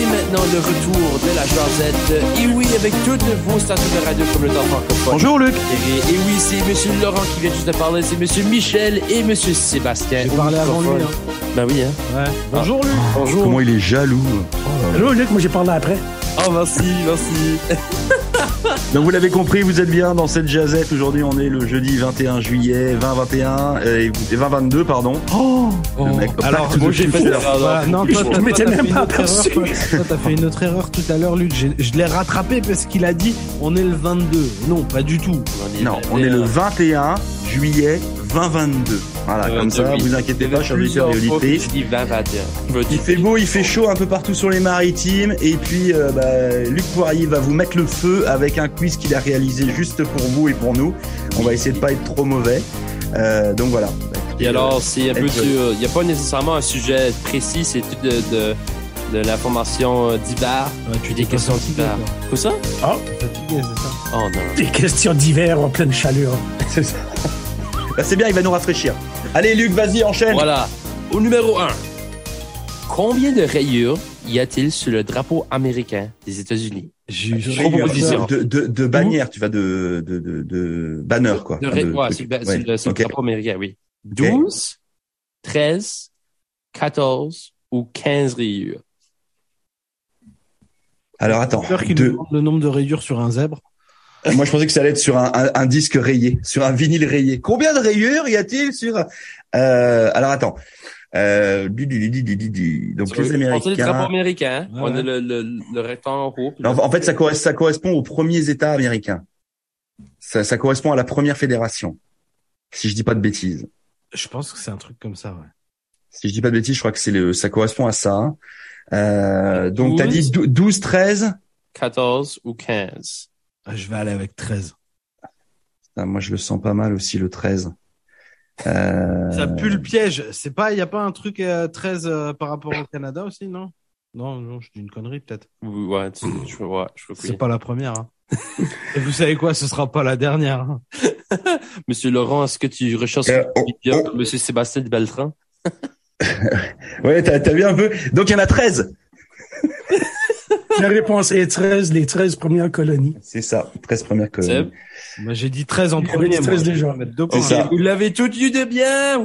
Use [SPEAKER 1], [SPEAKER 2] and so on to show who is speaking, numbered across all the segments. [SPEAKER 1] maintenant le retour de la jasette. Et oui, avec toutes vos statuts de radio comme le temps francophone.
[SPEAKER 2] Bonjour Luc.
[SPEAKER 1] Et, et oui, c'est Monsieur Laurent qui vient juste de parler, c'est Monsieur Michel et Monsieur Sébastien.
[SPEAKER 3] J'ai
[SPEAKER 1] au
[SPEAKER 3] parlé avant lui.
[SPEAKER 1] microphone.
[SPEAKER 3] hein.
[SPEAKER 1] Ben oui, hein.
[SPEAKER 3] Ouais. Ah. Bonjour Luc.
[SPEAKER 1] Bonjour.
[SPEAKER 2] Comment il est jaloux.
[SPEAKER 3] Allô Luc, moi j'ai parlé après.
[SPEAKER 1] Oh, merci, merci.
[SPEAKER 2] Donc vous l'avez compris, vous êtes bien dans cette jazzette. Aujourd'hui, on est le jeudi 21 juillet 2021 et 2022 pardon. Oh, le mec.
[SPEAKER 3] alors,
[SPEAKER 2] Pacte
[SPEAKER 1] moi,
[SPEAKER 2] de
[SPEAKER 1] j'ai fait
[SPEAKER 2] culture.
[SPEAKER 1] ça. Ah,
[SPEAKER 3] Voilà, non, toi,
[SPEAKER 2] je
[SPEAKER 3] toi,
[SPEAKER 2] m'étais
[SPEAKER 3] toi, t'as
[SPEAKER 4] même
[SPEAKER 3] fait une
[SPEAKER 4] pas
[SPEAKER 3] autre
[SPEAKER 4] aperçu.
[SPEAKER 3] erreur, toi. Toi, t'as fait une autre erreur tout à l'heure, Luc. J'ai- Je l'ai rattrapé parce qu'il a dit on est le 22. Non, pas du tout.
[SPEAKER 2] Non, on est le 21 juillet 2022. Voilà,
[SPEAKER 1] Euh,
[SPEAKER 2] comme ça,
[SPEAKER 1] oui.
[SPEAKER 2] vous inquiétez pas, chers auditeurs et auditrices.
[SPEAKER 1] Je dis 20, 21.
[SPEAKER 2] Il fait beau, il fait chaud un peu partout sur les maritimes. Et puis, euh, bah, Luc Poirier va vous mettre le feu avec un quiz qu'il a réalisé juste pour vous et pour nous. On va essayer de pas être trop mauvais. Euh, donc voilà.
[SPEAKER 1] Et alors, c'est un peu
[SPEAKER 2] Elle
[SPEAKER 1] sur- Il n'y a pas nécessairement un sujet précis, c'est tout de, de, de l'information euh, d'hiver.
[SPEAKER 3] Ah, tu
[SPEAKER 1] Puis des questions d'hiver. Quoi ça?
[SPEAKER 3] Fatigué, c'est ça.
[SPEAKER 1] Oh non.
[SPEAKER 4] Ah. Des questions d'hiver en pleine chaleur.
[SPEAKER 2] Bah, c'est bien, il va nous rafraîchir. Allez, Luc, vas-y, enchaîne.
[SPEAKER 1] Voilà. Au numéro 1. Combien de rayures y a-t-il sur le drapeau américain des États-Unis?
[SPEAKER 3] J'ai eu
[SPEAKER 1] Trop bonne vision.
[SPEAKER 2] de, de, de bannière, tu vas de, de, de, de banner, quoi.
[SPEAKER 1] De
[SPEAKER 2] Enfin,
[SPEAKER 1] ray-
[SPEAKER 2] de
[SPEAKER 1] ouais,
[SPEAKER 2] Ah, truc.
[SPEAKER 1] sur le, sur
[SPEAKER 2] Ouais,
[SPEAKER 1] le- sur le
[SPEAKER 2] ok.
[SPEAKER 1] drapeau américain, oui. 12, 13, 14 ou 15 rayures?
[SPEAKER 2] Alors attends,
[SPEAKER 3] peur qu'il
[SPEAKER 2] de-
[SPEAKER 3] nous demande le nombre de rayures sur un zèbre.
[SPEAKER 2] moi je pensais que ça allait être sur un, un- un disque rayé, sur un vinyle rayé. Combien de rayures y a-t-il sur euh, Alors attends, euh, du, du, du, du, du, du. donc
[SPEAKER 1] Sur-
[SPEAKER 2] les
[SPEAKER 1] On a le drapeau
[SPEAKER 2] Américains.
[SPEAKER 1] américain. hein?
[SPEAKER 3] Ouais,
[SPEAKER 1] On a
[SPEAKER 3] ouais.
[SPEAKER 1] le, le, le rectangle en haut. puis
[SPEAKER 2] En,
[SPEAKER 1] le-
[SPEAKER 2] en fait, ça, corres- ça correspond aux premiers États américains. Ça, ça correspond à la première fédération, si je dis pas de bêtises.
[SPEAKER 3] Je pense que c'est un truc comme ça, ouais.
[SPEAKER 2] Si je dis pas de bêtises, je crois que c'est le, ça correspond à ça. hein. Euh, donc t'as
[SPEAKER 1] 12.
[SPEAKER 2] dit dou- 12, 13.
[SPEAKER 1] 14 ou 15.
[SPEAKER 3] Ah, je vais aller avec 13.
[SPEAKER 2] Putain, Ah, moi je le sens pas mal aussi le 13. Euh,
[SPEAKER 3] Ça pue le piège. C'est pas, y a pas un truc euh, 13 euh, par rapport au Canada aussi, non? Non, non, je dis une connerie peut-être.
[SPEAKER 1] Oui, Ouais, tu- je, ouais, je crois que
[SPEAKER 3] C'est
[SPEAKER 1] oui.
[SPEAKER 3] pas la première. hein. Et vous savez quoi, ce sera pas la dernière. hein.
[SPEAKER 1] Monsieur Laurent, est-ce que tu recherches
[SPEAKER 2] euh, on-
[SPEAKER 1] Wikipédia comme Monsieur Sébastien de Beltran?
[SPEAKER 2] Ouais, t'as, t'as vu un peu. Donc il y en a 13.
[SPEAKER 4] La réponse est 13, les 13 premières colonies.
[SPEAKER 2] C'est ça, 13 premières que.
[SPEAKER 1] Seb? oh.
[SPEAKER 3] Moi, j'ai dit 13 en
[SPEAKER 4] Il y avait
[SPEAKER 3] premier.
[SPEAKER 4] du stress
[SPEAKER 3] moi.
[SPEAKER 4] déjà.
[SPEAKER 3] Je vais mettre deux
[SPEAKER 2] C'est
[SPEAKER 3] points.
[SPEAKER 2] ça.
[SPEAKER 1] Vous l'avez tout eu de bien!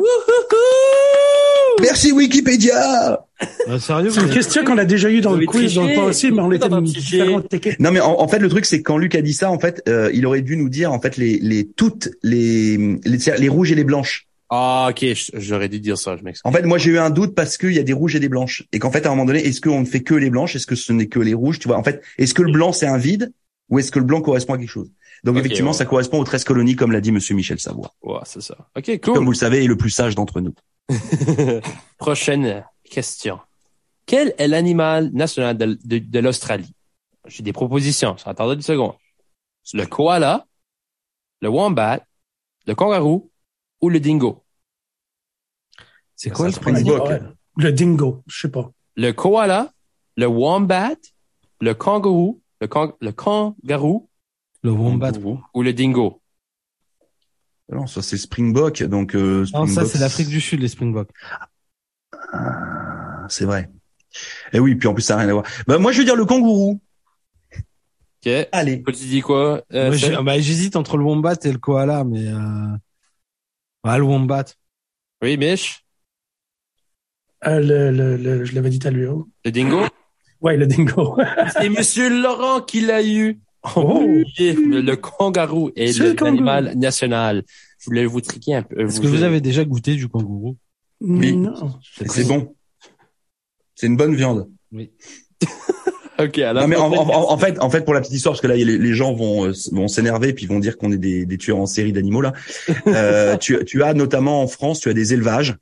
[SPEAKER 2] Merci Wikipédia.
[SPEAKER 3] Ah, sérieux,
[SPEAKER 4] C'est
[SPEAKER 3] vous
[SPEAKER 4] une
[SPEAKER 3] êtes-
[SPEAKER 4] question qu'on a déjà eue dans
[SPEAKER 1] Vous avez
[SPEAKER 4] le quiz dans le
[SPEAKER 1] triché.
[SPEAKER 4] passé, mais on
[SPEAKER 1] Vous
[SPEAKER 4] était
[SPEAKER 1] avez
[SPEAKER 4] dans une
[SPEAKER 1] triché.
[SPEAKER 4] différente équipe.
[SPEAKER 2] Non mais en, en fait le truc c'est que quand Luc a dit ça en fait euh, il aurait dû nous dire en fait les les toutes les les, c'est-à-dire les rouges et les blanches.
[SPEAKER 1] Ah, ok, je- j'aurais dû dire ça, je m'excuse.
[SPEAKER 2] En fait moi j'ai eu un doute parce qu'il y a des rouges et des blanches et qu'en fait à un moment donné est-ce qu'on ne fait que les blanches est-ce que ce n'est que les rouges tu vois en fait est-ce que le blanc c'est un vide ou est-ce que le blanc correspond à quelque chose donc
[SPEAKER 1] Ok,
[SPEAKER 2] effectivement
[SPEAKER 1] ouais.
[SPEAKER 2] ça correspond aux 13 colonies comme l'a dit monsieur Michel Savoie
[SPEAKER 1] Ouais, c'est ça. Ok,
[SPEAKER 2] comme
[SPEAKER 1] cool.
[SPEAKER 2] vous le savez est le plus sage d'entre nous.
[SPEAKER 1] Prochaine question. Quel est l'animal national de, de- de l'Australie? J'ai des propositions, ça attendez une seconde. Le koala, le wombat, le kangaroo ou le dingo?
[SPEAKER 3] C'est
[SPEAKER 2] Ça
[SPEAKER 3] quoi le
[SPEAKER 2] se
[SPEAKER 3] premier
[SPEAKER 2] Dingo, ok.
[SPEAKER 4] Ouais. Le dingo, je sais pas.
[SPEAKER 1] Le koala, le wombat, le kangourou, le, kang- le kangaroo
[SPEAKER 3] Le wombat.
[SPEAKER 1] ou le dingo?
[SPEAKER 2] Ah Non ça c'est Springbok donc euh,
[SPEAKER 3] Non, ça
[SPEAKER 2] Springbok,
[SPEAKER 3] c'est l'Afrique du Sud, les Springboks.
[SPEAKER 2] c'est vrai. Et oui puis en plus ça n'a rien à voir. Bah moi je veux dire le kangourou.
[SPEAKER 1] Ok.
[SPEAKER 2] Allez.
[SPEAKER 1] Tu dis quoi? euh,
[SPEAKER 3] Moi,
[SPEAKER 1] Seb?
[SPEAKER 3] j'ai- bah, j'hésite entre le wombat et le koala, mais euh... ah, le wombat.
[SPEAKER 1] Oui, Mich?
[SPEAKER 4] Euh, le, le, le- je l'avais dit à lui. hein.
[SPEAKER 1] Le dingo?
[SPEAKER 4] Ouais, le dingo.
[SPEAKER 1] C'est Monsieur Laurent qui l'a eu.
[SPEAKER 4] Oh.
[SPEAKER 1] Le, le kangaroo est
[SPEAKER 4] C'est
[SPEAKER 1] le-
[SPEAKER 4] le kangourou.
[SPEAKER 1] l'animal national. Je voulais vous triquer un peu.
[SPEAKER 3] Est-ce que vous avez déjà goûté du kangourou
[SPEAKER 2] Oui.
[SPEAKER 4] Non.
[SPEAKER 2] Et C'est bon. C'est une bonne viande.
[SPEAKER 1] Ok, alors.
[SPEAKER 2] Non, mais en, en- en- en fait, en fait, pour la petite histoire, parce que là, les, les gens vont, euh, s- vont s'énerver puis vont dire qu'on est des, des tueurs en série d'animaux là. Euh, tu, tu as notamment en France, tu as des élevages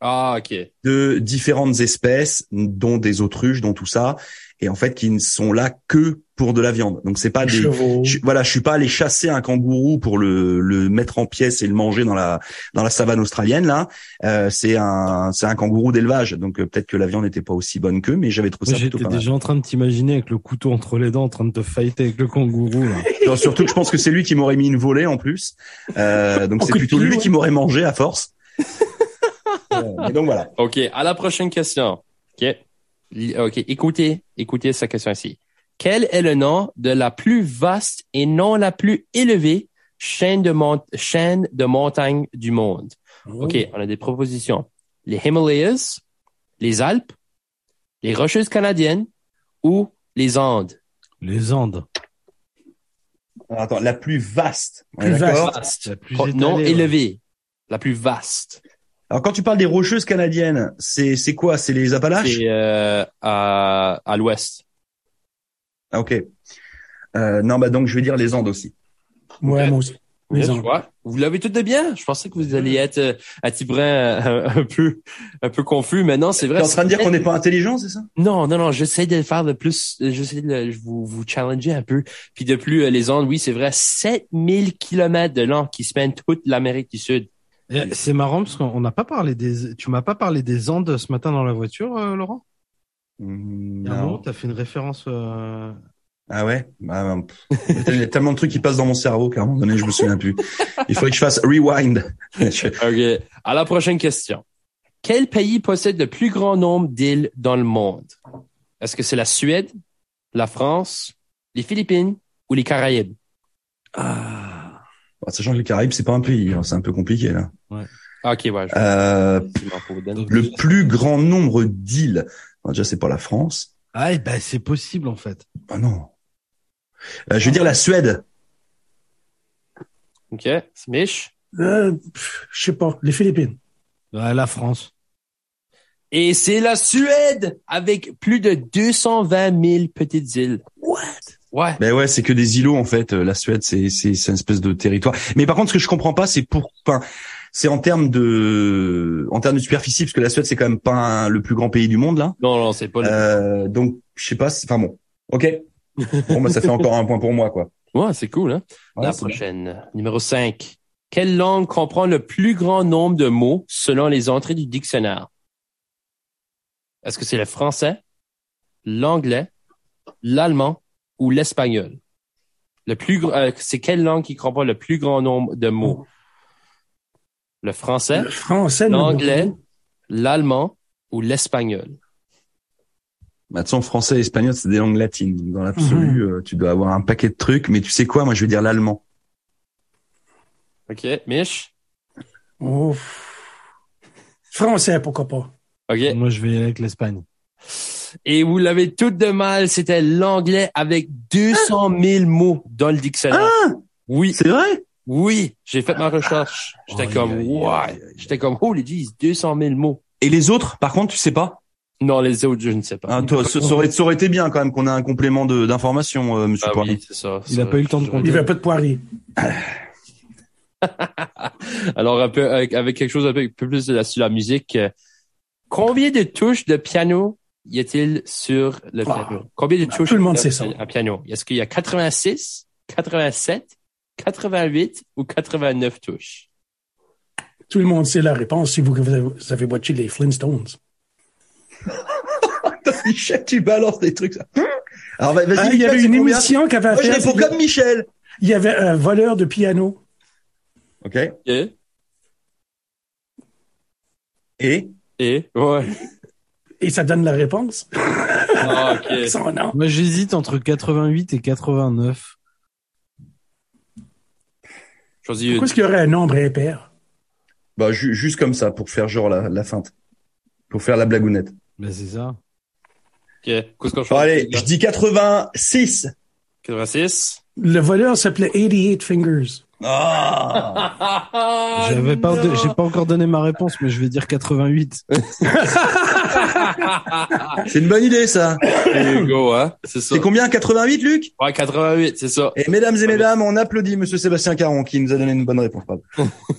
[SPEAKER 1] Ah, ok.
[SPEAKER 2] de différentes espèces, dont des autruches, dont tout ça, et en fait, qui ne sont là que pour de la viande. Donc c'est pas
[SPEAKER 4] Les
[SPEAKER 2] des
[SPEAKER 4] chevaux.
[SPEAKER 2] je, voilà, je suis pas allé chasser un kangourou pour le, le mettre en pièces et le manger dans la dans la savane australienne là. Euh, c'est un c'est un kangourou d'élevage, donc euh, peut-être que la viande n'était pas aussi bonne qu'eux, mais j'avais trouvé
[SPEAKER 3] Moi,
[SPEAKER 2] ça plutôt
[SPEAKER 3] j'étais
[SPEAKER 2] pas mal.
[SPEAKER 3] déjà en train de t'imaginer avec le couteau entre les dents, en train de te fighter avec le kangourou. Là.
[SPEAKER 2] Genre, surtout que je pense que c'est lui qui m'aurait mis une volée en plus, Euh, donc
[SPEAKER 4] Un
[SPEAKER 2] c'est
[SPEAKER 4] coup de
[SPEAKER 2] plutôt
[SPEAKER 4] pied,
[SPEAKER 2] lui
[SPEAKER 4] ouais.
[SPEAKER 2] qui m'aurait mangé à force. Euh, mais donc voilà.
[SPEAKER 1] Ok, à la prochaine question. Ok. Li- OK, écoutez, écoutez sa question ici. Quel est le nom de la plus vaste et non la plus élevée chaîne de, mont- chaîne de montagnes du monde? OK, on a des propositions. Les Himalayas, les Alpes, les Rocheuses canadiennes ou les Andes?
[SPEAKER 3] Les Andes.
[SPEAKER 2] Alors, attends, la plus vaste. on est
[SPEAKER 4] Plus
[SPEAKER 2] d'accord
[SPEAKER 4] vaste.
[SPEAKER 3] La Ah, plus
[SPEAKER 1] Oh, non
[SPEAKER 3] étalée, ouais.
[SPEAKER 1] élevée, la plus vaste.
[SPEAKER 2] Alors quand tu parles des rocheuses canadiennes, c'est c'est quoi C'est les Appalaches
[SPEAKER 1] C'est euh, à, à l'ouest.
[SPEAKER 2] Ah, Ok. Euh, non, bah donc je vais dire les Andes aussi.
[SPEAKER 4] Ouais, moi aussi. Les
[SPEAKER 1] Oui, je
[SPEAKER 4] Andes.
[SPEAKER 1] vois. Vous l'avez tout de bien. Je pensais que vous alliez être euh, à Tibrin euh, un, peu un peu confus. Mais non, c'est
[SPEAKER 2] T'es
[SPEAKER 1] vrai.
[SPEAKER 2] en train de dire qu'on n'est pas intelligent, c'est ça
[SPEAKER 1] Non, non, non. J'essaie de faire le plus. euh, J'essaie de le- je vous vous challenger un peu. Puis de plus, euh, les Andes, oui, c'est vrai, 7000 kilomètres de long qui se mènent toute l'Amérique du Sud.
[SPEAKER 3] Et Eh, C'est marrant parce qu'on n'a pas parlé des. Tu m'as pas parlé des Andes ce matin dans la voiture, euh, Laurent
[SPEAKER 2] Mm,
[SPEAKER 3] Il y a un moment,
[SPEAKER 2] Non.
[SPEAKER 3] t'as fait une référence. euh,
[SPEAKER 2] Ah ouais. Bah, bah, pff. Il y a tellement de trucs qui passent dans mon cerveau qu'à un moment donné je me souviens plus. Il faudrait que je fasse rewind. Je-
[SPEAKER 1] Ok. À la prochaine question. Quel pays possède le plus grand nombre d'îles dans le monde Est-ce que c'est la Suède, la France, les Philippines ou les Caraïbes
[SPEAKER 3] Ah.
[SPEAKER 2] Bon, sachant que les Caraïbes c'est pas un pays, hein, c'est un peu compliqué là.
[SPEAKER 1] Ok, ouais. je-
[SPEAKER 2] Euh,
[SPEAKER 1] c'est bon pour vous donner.
[SPEAKER 2] le plus grand nombre d'îles. Bon, déjà c'est pas la France.
[SPEAKER 3] Ah, et ben c'est possible en fait.
[SPEAKER 2] Ah non. Euh, je vais dire la Suède.
[SPEAKER 1] Ok, c'est Mich.
[SPEAKER 4] Euh, pff, je sais pas. Les Philippines.
[SPEAKER 3] Ouais, la France.
[SPEAKER 1] Et c'est la Suède avec plus de 220 000 petites îles. What? Ouais.
[SPEAKER 2] Ben ouais, c'est que des îlots en fait. Euh, La Suède, c'est c'est c'est une espèce de territoire. Mais par contre, ce que je comprends pas, c'est pour, enfin, c'est en termes de, en termes de superficie, parce que la Suède, c'est quand même pas un- le plus grand pays du monde là.
[SPEAKER 1] Non, non, c'est pas le...
[SPEAKER 2] Euh, donc, je sais pas. c'est- Enfin bon, ok. Bon, bah, ça fait encore un point pour moi, quoi.
[SPEAKER 1] Ouais, c'est cool, hein?
[SPEAKER 2] Ouais,
[SPEAKER 1] la
[SPEAKER 2] c'est bien.
[SPEAKER 1] prochaine. Numéro 5. Quelle langue comprend le plus grand nombre de mots selon les entrées du dictionnaire? Est-ce que c'est le français, l'anglais, l'allemand ou l'espagnol? Le plus gr- euh, c'est quelle langue qui comprend le plus grand nombre de mots? Le français,
[SPEAKER 4] Le français. non.
[SPEAKER 1] l'anglais, l'allemand ou l'espagnol?
[SPEAKER 2] Bah, de toute façon, français et espagnol, c'est des langues latines. Donc, Dans l'absolu, euh, tu dois avoir un paquet de trucs. Mais tu sais quoi Moi, je vais dire l'allemand.
[SPEAKER 1] OK, Mich?
[SPEAKER 4] Oh, pff. Français, pourquoi pas.
[SPEAKER 1] OK.
[SPEAKER 3] Moi, je vais y aller avec
[SPEAKER 1] Mm.
[SPEAKER 3] l'Espagne.
[SPEAKER 1] Et vous l'avez tout de mal, c'était l'anglais avec 200 000 mots dans le dictionnaire. oui,
[SPEAKER 2] C'est vrai
[SPEAKER 1] oui, j'ai fait ma recherche. J'étais
[SPEAKER 3] Aïe,
[SPEAKER 1] comme,
[SPEAKER 3] aïe, aïe,
[SPEAKER 1] ouais.
[SPEAKER 3] aïe, aïe.
[SPEAKER 1] J'étais comme, holy jeez, 200 000 mots.
[SPEAKER 2] Et les autres, par contre, tu sais pas.
[SPEAKER 1] Non, les autres, je ne sais pas.
[SPEAKER 3] Ah,
[SPEAKER 2] Hein, toi, ça, ça aurait, ça aurait été bien quand même qu'on a un complément de- d'information, euh, Monsieur
[SPEAKER 1] Ah
[SPEAKER 2] Poirier.
[SPEAKER 1] oui, c'est ça.
[SPEAKER 3] Il
[SPEAKER 1] ça,
[SPEAKER 3] a pas eu le temps de
[SPEAKER 1] je-
[SPEAKER 3] compter.
[SPEAKER 4] Il veut pas de poirier.
[SPEAKER 1] Alors, un peu, avec, avec quelque chose un peu, un peu plus de la- sur la musique, euh, combien de touches de piano y a-t-il sur le
[SPEAKER 4] Ah.
[SPEAKER 1] piano? Combien de touches
[SPEAKER 4] tout le monde
[SPEAKER 1] y a
[SPEAKER 4] sait ça.
[SPEAKER 1] Un piano. Est-ce qu'il y a 86, 87, 88 ou 89 touches?
[SPEAKER 4] Tout le monde sait la réponse si vous, vous avez watché les Flintstones.
[SPEAKER 2] Michel, tu balances des trucs. ça. Alors va- vas-y,
[SPEAKER 4] Ah, il y
[SPEAKER 2] Michel,
[SPEAKER 4] avait
[SPEAKER 2] c'est
[SPEAKER 4] une
[SPEAKER 2] combien
[SPEAKER 4] émission qui avait
[SPEAKER 2] Moi, je
[SPEAKER 4] fait.
[SPEAKER 2] réponds comme Michel.
[SPEAKER 4] Il y avait un voleur de piano.
[SPEAKER 2] Ok.
[SPEAKER 1] Et?
[SPEAKER 2] Et
[SPEAKER 1] Et? Ouais.
[SPEAKER 4] Et ça donne la réponse.
[SPEAKER 1] Ah,
[SPEAKER 3] Euh,
[SPEAKER 1] ok.
[SPEAKER 4] Son nom.
[SPEAKER 3] Moi, j'hésite entre 88 et 89.
[SPEAKER 1] Choisis une.
[SPEAKER 4] Pourquoi est-ce qu'il y aurait un nombre impair?
[SPEAKER 2] bah ju- juste comme ça pour faire genre la, la feinte, pour faire la blagounette.
[SPEAKER 3] Ben, c'est ça.
[SPEAKER 1] Ok. Qu'est-ce qu'on
[SPEAKER 2] Bon,
[SPEAKER 1] choisit?
[SPEAKER 2] allez, je dis 86.
[SPEAKER 1] 86.
[SPEAKER 4] Le voleur s'appelait 88 Fingers.
[SPEAKER 2] Ah
[SPEAKER 3] J'avais pas, de- j'ai pas encore donné ma réponse, mais je vais dire 88.
[SPEAKER 2] c'est une bonne idée ça.
[SPEAKER 1] There you go, hein. C'est ça.
[SPEAKER 2] C'est combien 88, Luc
[SPEAKER 1] Ouais, 88, c'est ça.
[SPEAKER 2] Et mesdames et mesdames, on applaudit Monsieur Sébastien Caron qui nous a donné une bonne réponse. Pardon.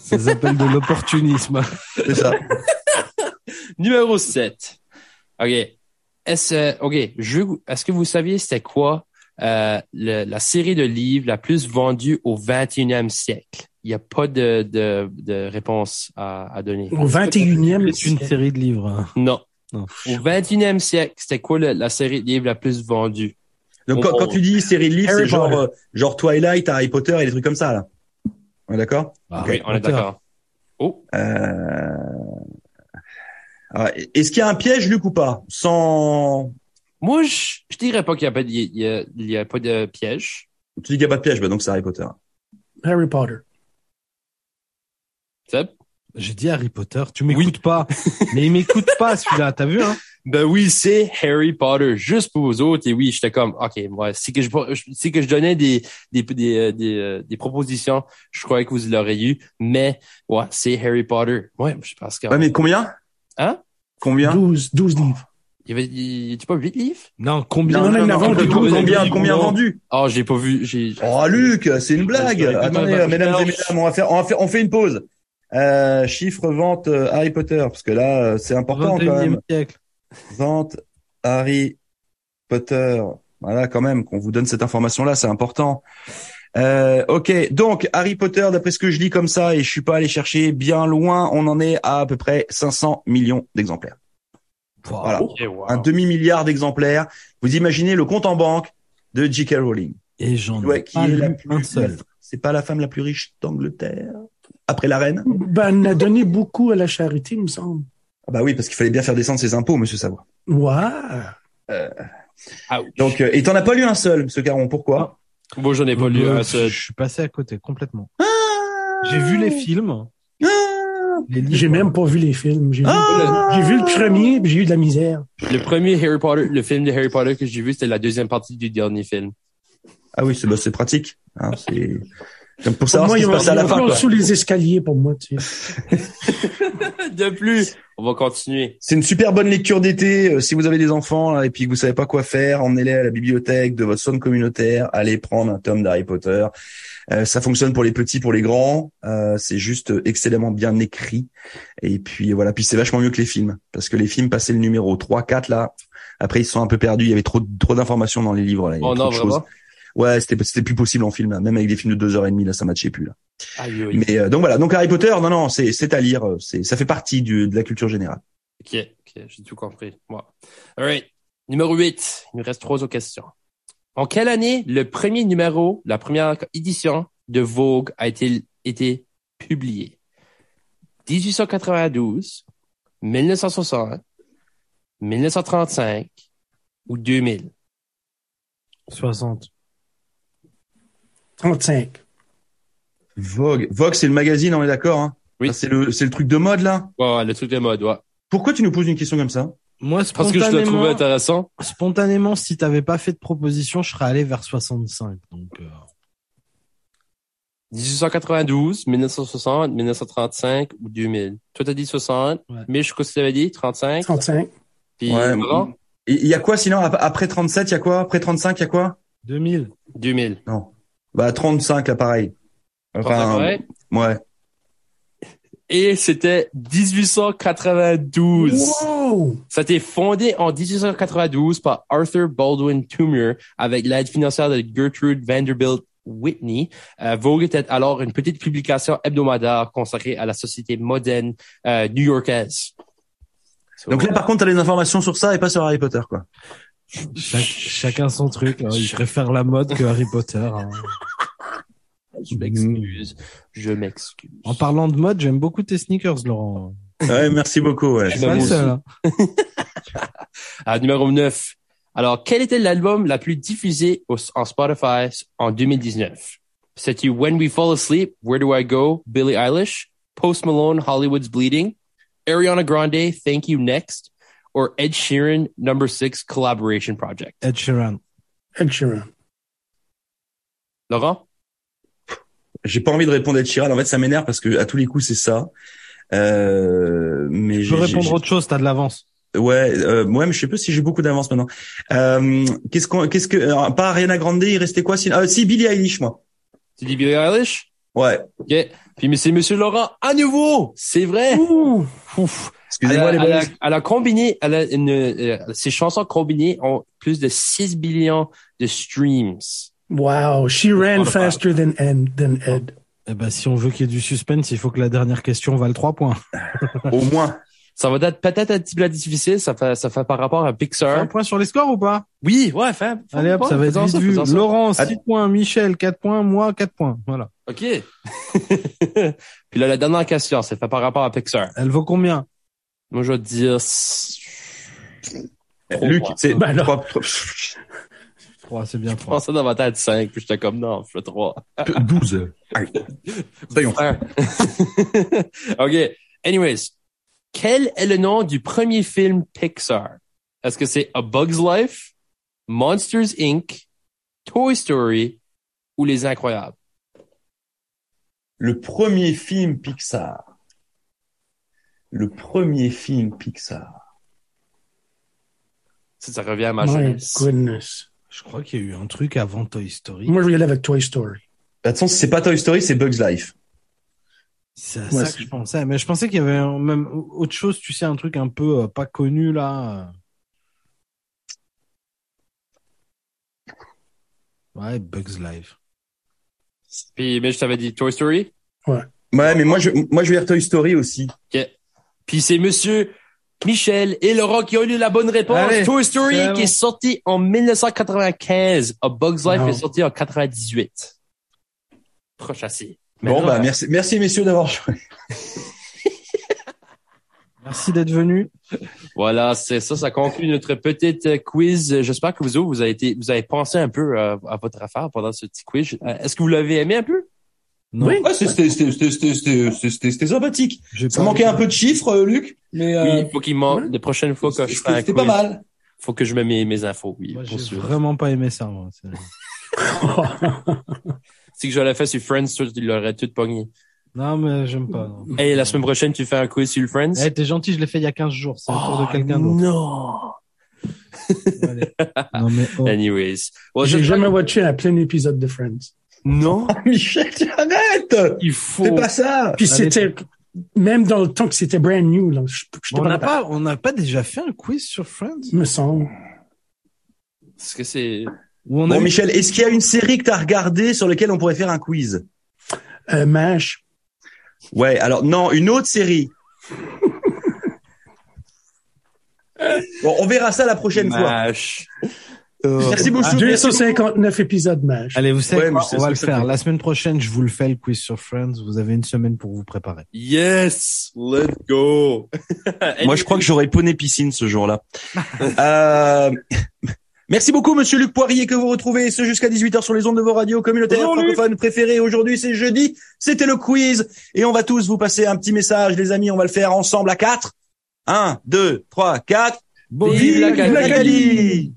[SPEAKER 3] Ça s'appelle de l'opportunisme.
[SPEAKER 2] C'est ça.
[SPEAKER 1] Numéro 7. OK. Est-ce, euh, OK. Je, est-ce que vous saviez c'était quoi, euh, le- la série de livres la plus vendue au 21e siècle? Il n'y a pas de, de, de réponse à, à donner.
[SPEAKER 4] Au 21e.
[SPEAKER 3] C'est une série de livres. hein.
[SPEAKER 1] Non.
[SPEAKER 3] Non.
[SPEAKER 1] Au 21e siècle, c'était quoi le- la série de livres la plus vendue?
[SPEAKER 2] Donc quand, quand tu dis série de livres,
[SPEAKER 4] Harry
[SPEAKER 2] c'est genre
[SPEAKER 4] Potter.
[SPEAKER 2] euh, genre Twilight, Harry Potter et des trucs comme ça là. On est d'accord
[SPEAKER 1] oui, on est d'accord. Oh,
[SPEAKER 2] euh... Ah, Est-ce qu'il y a un piège, Luc, ou pas Sans.
[SPEAKER 1] Moi, je, je dirais pas qu'il y a pas, de- il y a- il y a pas de piège.
[SPEAKER 2] Tu dis qu'il n'y a pas de piège, bah donc c'est Harry Potter.
[SPEAKER 4] Harry Potter.
[SPEAKER 1] Seb?
[SPEAKER 3] J'ai dit Harry Potter, tu m'écoutes pas. Mais il m'écoute pas celui-là, t'as vu hein
[SPEAKER 1] Ben oui, c'est Harry Potter, juste pour vous autres. Et oui, j'étais comme, OK, moi, si que je, si que je donnais des, des, des, euh, des, euh, des propositions, je croyais que vous l'auriez eu. Mais, ouais, c'est Harry Potter. Ouais, je pense que...
[SPEAKER 2] Ouais, mais combien
[SPEAKER 1] Hein
[SPEAKER 2] Combien
[SPEAKER 4] 12, 12 livres.
[SPEAKER 1] Il y avait, il y a pas huit livres?
[SPEAKER 3] Non, combien
[SPEAKER 4] Non, non, non,
[SPEAKER 3] vendu
[SPEAKER 4] vendu
[SPEAKER 2] combien,
[SPEAKER 4] douze,
[SPEAKER 3] 12,
[SPEAKER 2] combien,
[SPEAKER 3] vendu
[SPEAKER 2] combien
[SPEAKER 3] douze.
[SPEAKER 2] vendu
[SPEAKER 1] Oh, j'ai pas vu, j'ai...
[SPEAKER 2] Oh, Luc, c'est une blague
[SPEAKER 1] Bah, je-
[SPEAKER 2] Attendez,
[SPEAKER 1] bah,
[SPEAKER 2] euh,
[SPEAKER 1] bah,
[SPEAKER 2] mesdames
[SPEAKER 1] je-
[SPEAKER 2] et mesdames, on va faire, on, va faire, on fait une pause. Euh, chiffre vente euh, Harry Potter, parce que là, euh, c'est important quand
[SPEAKER 3] 21e
[SPEAKER 2] même.
[SPEAKER 3] siècle.
[SPEAKER 2] Vente Harry Potter. Voilà, quand même, qu'on vous donne cette information-là, c'est important. Euh, ok, donc Harry Potter, d'après ce que je lis comme ça, et je suis pas allé chercher bien loin, on en est à à peu près 500 millions d'exemplaires. Voilà,
[SPEAKER 1] Ok, wow.
[SPEAKER 2] un demi milliard d'exemplaires. Vous imaginez le compte en banque de J.K. Rowling,
[SPEAKER 3] Et j'en ai
[SPEAKER 2] ouais, qui
[SPEAKER 3] pas
[SPEAKER 2] est
[SPEAKER 3] lu
[SPEAKER 2] la plus,
[SPEAKER 3] un seul.
[SPEAKER 2] la- c'est pas la femme la plus riche d'Angleterre après la reine.
[SPEAKER 4] Ben, elle a donné beaucoup à la charité, il me semble.
[SPEAKER 2] Ah bah oui, parce qu'il fallait bien faire descendre ses impôts, Monsieur Savoie.
[SPEAKER 4] Ouais.
[SPEAKER 1] Ouch.
[SPEAKER 2] Donc, euh, et t'en as pas lu un seul, Monsieur Caron. Pourquoi
[SPEAKER 1] Moi, j'en ai pas lu
[SPEAKER 3] Euh,
[SPEAKER 1] un seul.
[SPEAKER 3] Je suis passé à côté complètement.
[SPEAKER 2] Ah.
[SPEAKER 3] J'ai vu les films, les livres.
[SPEAKER 4] J'ai même pas vu les films. J'ai vu,
[SPEAKER 2] Ah
[SPEAKER 4] j'ai vu le premier, puis j'ai eu de la misère.
[SPEAKER 1] Le premier Harry Potter, le film de Harry Potter que j'ai vu, c'était la deuxième partie du dernier film.
[SPEAKER 2] Ah oui, c'est bah, c'est pratique. hein, c'est comme pour
[SPEAKER 4] Pour
[SPEAKER 2] savoir
[SPEAKER 4] moi,
[SPEAKER 2] ce
[SPEAKER 4] il
[SPEAKER 2] qui se passe à la fin.
[SPEAKER 4] en
[SPEAKER 2] quoi.
[SPEAKER 4] dessous les escaliers pour moi, tu sais.
[SPEAKER 1] De plus, on va continuer.
[SPEAKER 2] C'est une super bonne lecture d'été. euh, si vous avez des enfants là, et puis que vous savez pas quoi faire, emmenez-les à la bibliothèque de votre zone communautaire. Allez prendre un tome d'Harry Potter. Euh, ça fonctionne pour les petits, pour les grands. Euh, c'est juste excellemment bien écrit. Et puis voilà. Puis c'est vachement mieux que les films parce que les films passaient le numéro 3, 4 là. Après ils se sont un peu perdus. Il y avait trop trop d'informations dans les livres là. Il y avait
[SPEAKER 1] Oh
[SPEAKER 2] trop
[SPEAKER 1] non,
[SPEAKER 2] de choses.
[SPEAKER 1] vraiment?
[SPEAKER 2] Ouais, c'était c'était plus possible en film là. Même avec des films de deux heures et demie là, ça matchait plus là.
[SPEAKER 1] Aïe, aïe.
[SPEAKER 2] Mais euh, donc voilà, donc Harry Potter, non non, c'est c'est à lire, euh, c'est ça fait partie du, de la culture générale.
[SPEAKER 1] Ok, ok, j'ai tout compris. Moi. All right. Numéro 8. Il nous reste trois autres questions. En quelle année le premier numéro, la première édition de Vogue a été, été publiée? 1892, 1960, 1935 ou 2000?
[SPEAKER 3] 60.
[SPEAKER 4] 35.
[SPEAKER 2] Vogue, Vogue, c'est le magazine, on est d'accord hein
[SPEAKER 1] Oui.
[SPEAKER 2] Ça, C'est le c'est le truc de mode là.
[SPEAKER 1] Ouais, ouais, le truc de mode, ouais.
[SPEAKER 2] Pourquoi tu nous poses une question comme ça
[SPEAKER 3] Moi,
[SPEAKER 1] Parce que
[SPEAKER 3] spontanément,
[SPEAKER 1] je le trouvais intéressant.
[SPEAKER 3] spontanément, si t'avais pas fait de proposition, je serais allé vers 65. Donc, euh,
[SPEAKER 1] 1892, 1960, 1935 ou 2000? Toi, t'as dit 60,
[SPEAKER 3] Ouais.
[SPEAKER 1] mais je crois que tu avais dit 35.
[SPEAKER 4] 35.
[SPEAKER 1] Puis,
[SPEAKER 2] Ouais,
[SPEAKER 1] Laurent?
[SPEAKER 2] Et Il y a quoi sinon ap- après 37, il y a quoi Après 35, il y a quoi
[SPEAKER 3] 2000.
[SPEAKER 1] 2000.
[SPEAKER 2] Bah 35 là pareil.
[SPEAKER 1] Enfin, ouais.
[SPEAKER 2] ouais.
[SPEAKER 1] Et c'était 1892.
[SPEAKER 4] Wow!
[SPEAKER 1] Ça a été fondé en 1892 par Arthur Baldwin Toomer avec l'aide financière de Gertrude Vanderbilt Whitney. Euh, Vogue était alors une petite publication hebdomadaire consacrée à la société moderne euh, new-yorkaise. So,
[SPEAKER 2] Donc là par contre, t'as les informations sur ça et pas sur Harry Potter quoi.
[SPEAKER 3] Chac- chacun son truc. hein. Je préfère la mode que Harry Potter. hein.
[SPEAKER 1] je m'excuse. Je m'excuse.
[SPEAKER 3] En parlant de mode, j'aime beaucoup tes sneakers, Laurent.
[SPEAKER 2] Ouais, merci beaucoup. Ouais.
[SPEAKER 3] Je suis pas le
[SPEAKER 1] moi
[SPEAKER 3] seul. hein.
[SPEAKER 1] Ah, numéro 9. Alors, quel était l'album la plus diffusé au- en Spotify en 2019? C'était When We Fall Asleep, Where Do I Go, Billie Eilish, Post Malone, Hollywood's Bleeding, Ariana Grande, Thank You Next, or Ed Sheeran, Number 6 Collaboration Project?
[SPEAKER 3] Ed Sheeran.
[SPEAKER 4] Ed Sheeran.
[SPEAKER 1] Laurent?
[SPEAKER 2] J'ai pas envie de répondre à Ed Sheeran. En fait, ça m'énerve parce que à tous les coups c'est ça. Euh, mais
[SPEAKER 3] Je
[SPEAKER 2] j'ai-
[SPEAKER 3] peux
[SPEAKER 2] j'ai-
[SPEAKER 3] répondre
[SPEAKER 2] j'ai-
[SPEAKER 3] autre chose, t'as de l'avance.
[SPEAKER 2] Ouais, euh, ouais, mais je sais pas si j'ai beaucoup d'avance maintenant. Euh, qu'est-ce qu'on, qu'est-ce que, alors, pas Ariana Grande, il restait quoi sinon Ah, si Billie Eilish, moi.
[SPEAKER 1] Tu dis Billie Eilish?
[SPEAKER 2] Ouais.
[SPEAKER 1] OK. Puis, mais c'est Monsieur Laurent à nouveau! C'est vrai!
[SPEAKER 4] Ouh!
[SPEAKER 1] Ouf. Elle
[SPEAKER 2] Excusez-moi
[SPEAKER 1] a,
[SPEAKER 2] les
[SPEAKER 1] elle, a,
[SPEAKER 2] boys.
[SPEAKER 1] elle a combiné, elle a une, euh, ses chansons combinées ont plus de 6 billions de streams.
[SPEAKER 4] Wow, she ran faster than Ed. Than Ed.
[SPEAKER 3] Eh ben, si on veut qu'il y ait du suspense, il faut que la dernière question vale 3 points.
[SPEAKER 2] Au moins.
[SPEAKER 1] Ça va être peut-être un petit peu difficile, ça fait, ça fait par rapport à
[SPEAKER 3] Un
[SPEAKER 1] Pixar.
[SPEAKER 3] point sur les scores ou pas
[SPEAKER 1] Oui, ouais, fais. fais-
[SPEAKER 3] Allez hop,
[SPEAKER 1] fais-
[SPEAKER 3] ça va être
[SPEAKER 1] faisons
[SPEAKER 3] vite vu.
[SPEAKER 1] faisons
[SPEAKER 3] Laurent, 6
[SPEAKER 2] Attends.
[SPEAKER 3] points. Michel, 4 points. Moi, 4 points. Voilà.
[SPEAKER 1] OK. Puis là, la dernière question, ça fait par rapport à Pixar.
[SPEAKER 3] Elle vaut combien
[SPEAKER 1] Moi, je vais dire. Trois.
[SPEAKER 2] Luc, c'est
[SPEAKER 1] Bah
[SPEAKER 4] Ben alors.
[SPEAKER 2] trois- trois-
[SPEAKER 3] 3, c'est bien
[SPEAKER 1] Je
[SPEAKER 3] 3.
[SPEAKER 1] pensais dans ma tête 5, puis j'étais comme non, je fais 3.
[SPEAKER 2] 12. Allez. Soyons.
[SPEAKER 1] OK. Anyways, quel est le nom du premier film Pixar? Est-ce que c'est A Bug's Life, Monsters Inc., Toy Story ou Les Incroyables?
[SPEAKER 2] Le premier film Pixar. Le premier film Pixar.
[SPEAKER 1] Ça, ça revient à ma
[SPEAKER 4] My
[SPEAKER 1] jeunesse.
[SPEAKER 4] goodness.
[SPEAKER 3] Je crois qu'il y a eu un truc avant Toy Story.
[SPEAKER 4] Moi, je vais y aller avec Toy Story.
[SPEAKER 2] Bah, De toute façon, c'est pas Toy Story, c'est Bugs Life.
[SPEAKER 3] C'est à
[SPEAKER 4] Ouais,
[SPEAKER 3] ça que je pensais. Mais je pensais qu'il y avait un- même autre chose, tu sais, un truc un peu euh, pas connu là. Ouais, Bugs Life.
[SPEAKER 1] Puis, mais je t'avais dit Toy Story.
[SPEAKER 2] Ouais, mais moi je, moi je vais dire Toy Story aussi.
[SPEAKER 1] Puis c'est monsieur Michel et Laurent qui ont eu la bonne réponse.
[SPEAKER 3] Allez,
[SPEAKER 1] Toy Story
[SPEAKER 3] c'est
[SPEAKER 1] qui
[SPEAKER 3] bon.
[SPEAKER 1] est sorti en 1995. A Bug's Life
[SPEAKER 4] Non.
[SPEAKER 1] est sorti en 98. Proche assez.
[SPEAKER 2] bon, bah, merci, merci messieurs d'avoir joué.
[SPEAKER 3] Merci d'être venu.
[SPEAKER 1] Voilà, c'est ça, ça conclut notre petite euh, quiz. Euh, J'espère que vous autres, vous avez été, vous avez pensé un peu euh, à votre affaire pendant ce petit quiz. Euh, Est-ce que vous l'avez aimé un peu?
[SPEAKER 3] Non,
[SPEAKER 4] Oui.
[SPEAKER 2] Ouais, c'était, c'était, c'était, c'était, c'était, c'était- c'était- c'était sympathique.
[SPEAKER 3] j'ai
[SPEAKER 2] Ça
[SPEAKER 3] pas-
[SPEAKER 2] manquait un peu de chiffres, euh, Luc, mais euh,
[SPEAKER 1] oui, il faut qu'il manque.
[SPEAKER 2] ouais.
[SPEAKER 1] La prochaine fois que
[SPEAKER 2] c'était,
[SPEAKER 1] je fais un
[SPEAKER 2] c'était
[SPEAKER 1] quiz,
[SPEAKER 2] pas mal.
[SPEAKER 1] faut que je mette mes, mes infos. Oui,
[SPEAKER 3] Moi,
[SPEAKER 1] pour
[SPEAKER 3] j'ai
[SPEAKER 1] sûr.
[SPEAKER 3] vraiment pas aimé ça. Moi. C'est-
[SPEAKER 1] Si que je l'avais fait sur Friends, sûr, tu l'aurais tout pogné.
[SPEAKER 3] Non, mais j'aime pas. non.
[SPEAKER 1] Et la semaine prochaine, tu fais un quiz sur le Friends?
[SPEAKER 3] Eh, t'es gentil, je l'ai fait il y a 15 jours. C'est le
[SPEAKER 2] Oh,
[SPEAKER 4] Oh,
[SPEAKER 3] tour de quelqu'un d'autre.
[SPEAKER 1] non!
[SPEAKER 3] Allez. Non, mais
[SPEAKER 2] Eh,
[SPEAKER 3] oh.
[SPEAKER 1] Anyways. Well,
[SPEAKER 4] J'ai
[SPEAKER 1] je-
[SPEAKER 4] jamais watché un plein épisode de Friends.
[SPEAKER 1] Non!
[SPEAKER 2] Michel, tu arrêtes
[SPEAKER 1] Il
[SPEAKER 2] Fais
[SPEAKER 1] faut.
[SPEAKER 2] pas Bah, ça
[SPEAKER 4] Puis
[SPEAKER 3] Allez.
[SPEAKER 4] c'était, même dans le temps que c'était brand new, là, je, je
[SPEAKER 3] on
[SPEAKER 4] pas,
[SPEAKER 3] n'a
[SPEAKER 4] capable,
[SPEAKER 3] pas, on n'a pas déjà fait un quiz sur Friends
[SPEAKER 4] me semble.
[SPEAKER 1] Est-ce que c'est...
[SPEAKER 3] Où on a
[SPEAKER 2] Bon,
[SPEAKER 3] eu-
[SPEAKER 2] Michel, est-ce qu'il y a une série que t'as regardée sur laquelle on pourrait faire un quiz
[SPEAKER 4] Euh, MASH.
[SPEAKER 2] Ouais, alors non, une autre série. bon, on verra ça la prochaine fois.
[SPEAKER 1] Mash.
[SPEAKER 3] Euh, ah,
[SPEAKER 2] Merci beaucoup. merci beaucoup.
[SPEAKER 4] 259 épisodes MASH.
[SPEAKER 3] Allez, vous savez
[SPEAKER 2] Ouais,
[SPEAKER 3] quoi
[SPEAKER 2] mais c'est-
[SPEAKER 3] On va
[SPEAKER 2] c'est-
[SPEAKER 3] le
[SPEAKER 2] c'est-
[SPEAKER 3] faire. La semaine prochaine, je vous le fais, le quiz sur Friends. Vous avez une semaine pour vous préparer.
[SPEAKER 1] Yes! Let's go!
[SPEAKER 2] Moi, je crois que j'aurais poney piscine ce jour-là. Euh, Merci beaucoup, monsieur Luc Poirier, que vous retrouvez ce jusqu'à 18h sur les ondes de vos radios communautaires
[SPEAKER 1] Bonjour, Luc.
[SPEAKER 2] francophones préférées. Aujourd'hui, c'est jeudi. C'était le quiz. Et on va tous vous passer un petit message, les amis. On va le faire ensemble à 4. 1, 2, 3, 4.
[SPEAKER 1] Vive la Cali.
[SPEAKER 2] Cali